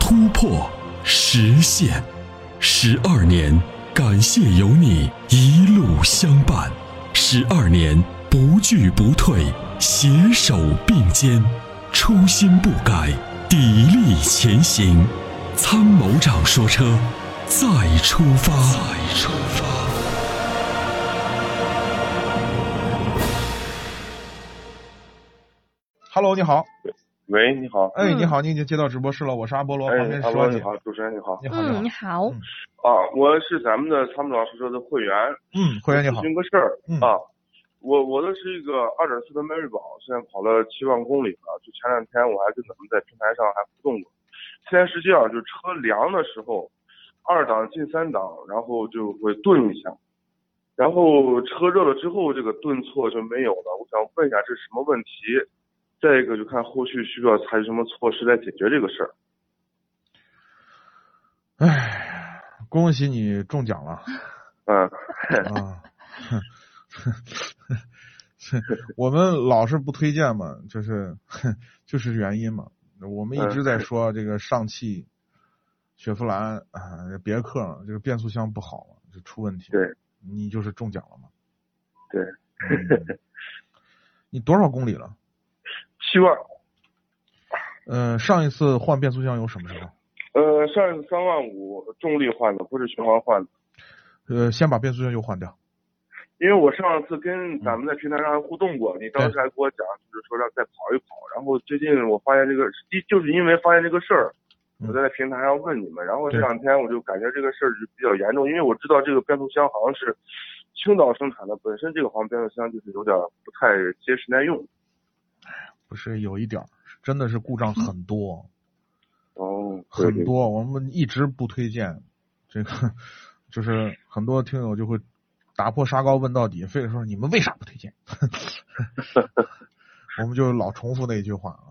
突破、实现，十二年，感谢有你一路相伴，十二年不惧不退，携手并肩，初心不改，砥砺前行。”参谋长说：“车，再出发。”再出发。 Hello，你好。喂，你好。哎，嗯你好，你已经接到直播室了，我是阿波罗，哎旁边，是阿说罗你。你好，主持人你好。你好，你好嗯，你。好，啊，我是咱们的参谋长说车的会员，嗯，会员你好咨。询个事儿、嗯啊。我我的是一个二点四的迈锐宝，现在跑了七万公里了。就前两天我还跟咱们在平台上还互动过。现在是这样，就车凉的时候，二档进三档，然后就会顿一下，然后车热了之后，这个顿挫就没有了。我想问一下这是什么问题？再一个就看后续需要采取什么措施来解决这个事儿。哎，恭喜你中奖了嗯，啊！ 我们老是不推荐嘛，就是就是原因嘛。我们一直在说这个上汽雪佛兰啊、别克这个变速箱不好嘛，就出问题。对，你就是中奖了嘛。对嗯。你多少公里了？七万。呃，上一次换变速箱有什么时候？呃，上一次三万五重力换的，不是循环换的，呃，先把变速箱油换掉。因为我上次跟嗯咱们在平台上还互动过，你当时还给我讲，就是说让再跑一跑。然后最近我发现这个，一就是因为发现这个事儿，嗯我在平台上问你们，然后对这两天我就感觉这个事儿就比较严重，因为我知道这个变速箱好像是青岛生产的，本身这个好像变速箱就是有点不太结实耐用。不是有一点儿，真的是故 障很多哦，很多，我们一直不推荐这个，就是很多听友就会打破砂膏问到底，非得说你们为啥不推荐？ 我们就老重复那一句话啊，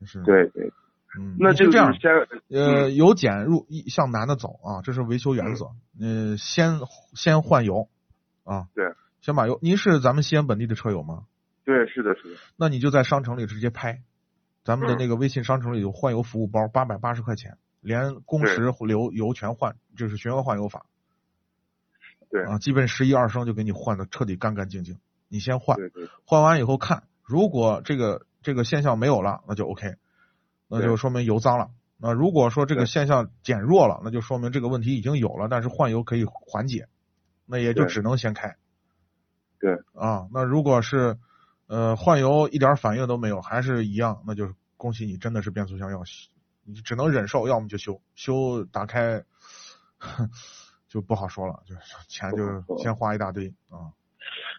就是，对对，嗯，那你是这个这样就，嗯先呃，由简入易向难的走啊，这是维修原则，呃，先先换油啊，嗯对，先把油，您是咱们西安本地的车友吗？对，是的，是的，那你就在商城里直接拍，咱们的那个微信商城里有换油服务包，八百八十块钱，连工时、流油全换，就是全额换油法。对啊，基本十一二升就给你换的彻底干干净净。你先换，对对换完以后看，如果这个这个现象没有了，那就 OK，那就对说明油脏了。那如果说这个对现象减弱了，那就说明这个问题已经有了，但是换油可以缓解，那也就对只能先开。对。啊，那如果是呃换油一点反应都没有，还是一样，那就是恭喜你，真的是变速箱要修，你只能忍受，要么就修，修打开 就不好说了，就是钱不好就说先花一大堆啊。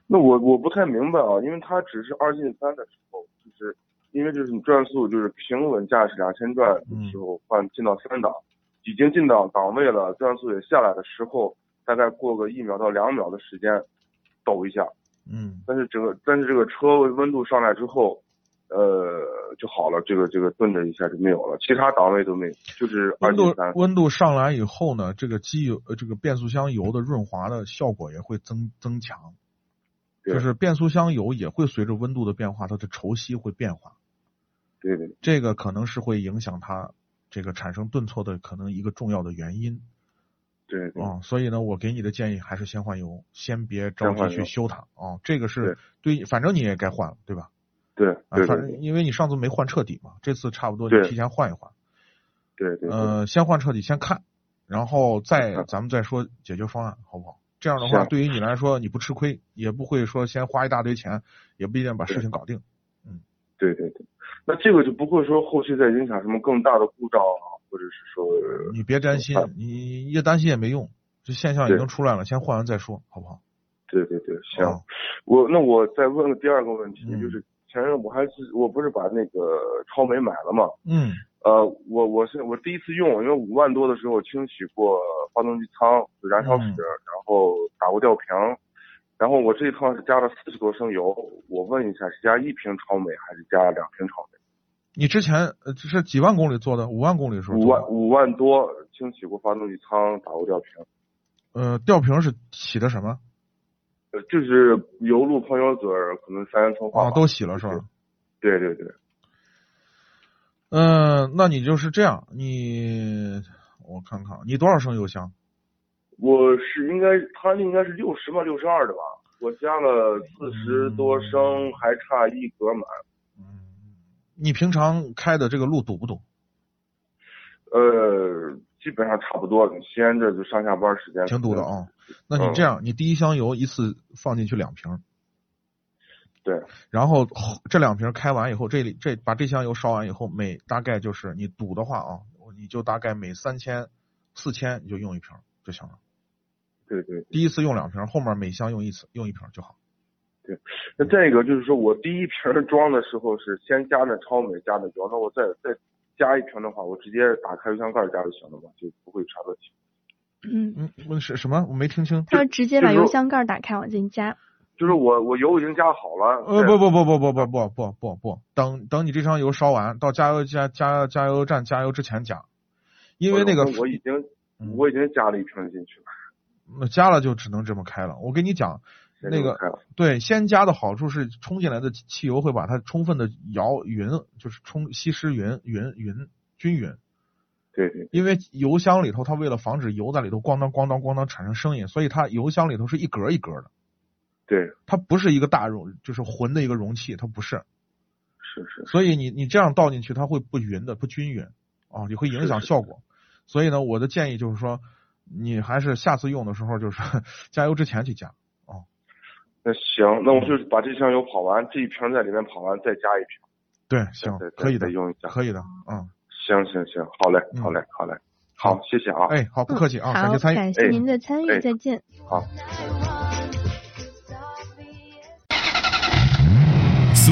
那我我不太明白啊，因为它只是二进三的时候，就是因为就是你转速就是平稳驾驶两千转的时候换进到三档，已经进到档位了，转速也下来的时候，大概过个一秒到两秒的时间抖一下，嗯，但是整个但是这个车温度上来之后，呃就好了，这个这个顿的一下就没有了，其他档位都没有，就是二温进度三。温度上来以后呢，这个机油呃这个变速箱油的润滑的效果也会增增强，对就是变速箱油也会随着温度的变化，它的稠稀会变化，对对这个可能是会影响它这个产生顿挫的可能一个重要的原因对对，啊、所以呢，我给你的建议还是先换油，先别着先换急去油修它啊、这个是对，反正你也该换了，对吧？对啊，对反对正因为你上次没换彻底嘛，这次差不多你对提前换一换。对对，呃，先换彻底，先看，然后再嗯咱们再说解决方案，好不好？这样的话，行对于你来说，你不吃亏，也不会说先花一大堆钱，也不一定把事情搞定。对对对，那这个就不会说后期再影响什么更大的故障啊，或者是说，你别担心嗯，你越担心也没用，这现象已对经出来了，先换完再说，好不好？对对对，行，啊我那我再问个第二个问题，嗯就是前阵我还是我不是把那个超美买了嘛，嗯，呃，我我是我第一次用，因为五万多的时候清洗过发动机舱就燃烧室，嗯然后打过吊瓶，然后我这一趟是加了四十多升油。我问一下，是加一瓶超美还是加两瓶超美？你之前呃这是几万公里做的？五万公里时候五做万的。五万多清洗过发动机舱，打过吊瓶，呃，吊瓶是洗的什么？呃，就是油路碰油嘴儿，可能三元氰化啊，吧都洗了是吧？对对对，嗯，那你就是这样，你我看看，啊你多少升油箱？我是应该他那应该是六十吧，六十二的吧。我加了四十多升，还差一格满。嗯，你平常开的这个路堵不堵？呃，基本上差不多了。西安这就上下班时间挺堵的。啊。那嗯你这样，你第一箱油一次放进去两瓶儿，对，然后后这两瓶儿开完以后，这里这把这箱油烧完以后，每大概就是你堵的话啊，你就大概每三千、四千你就用一瓶儿就行了。对对。第一次用两瓶儿，后面每箱用一次用一瓶儿就好。那再一个就是说我第一瓶装的时候是先加的超美，加的油，那我再再加一瓶的话，我直接打开油箱盖儿加就行了嘛，就不会有啥问题。嗯，嗯，问是什么？我没听清。他说直接把就是油说箱盖儿打开往进加。就是我我油已经加好了。呃，再不不不不不不不不不不，等等你这箱油烧完，到加油加加加油站加油之前加，因为那个哦我已经嗯我已经加了一瓶进去了。那加了就只能这么开了。我跟你讲，现那在个我开了对，先加的好处是冲进来的汽油会把它充分的摇匀，就是冲稀释匀匀匀均匀。对对因为油箱里头它为了防止油在里头咣当咣当咣当产生声音，所以它油箱里头是一格一格的，对，它不是一个大容，就是浑的一个容器，它不是。是是所以你你这样倒进去，它会不匀的、不均匀啊，也会影响是是效果。所以呢，我的建议就是说，你还是下次用的时候，就是 说加油之前去加。那行，那我就是把这箱油跑完，这一瓶在里面跑完，再加一瓶，对，行再再，可以的再，用一下。可以的，嗯，行行行，好嘞，嗯好嘞，好嘞，好，谢谢啊。哎，好，不客气啊，好，感谢参与。感谢哎您的参与，哎再见。俗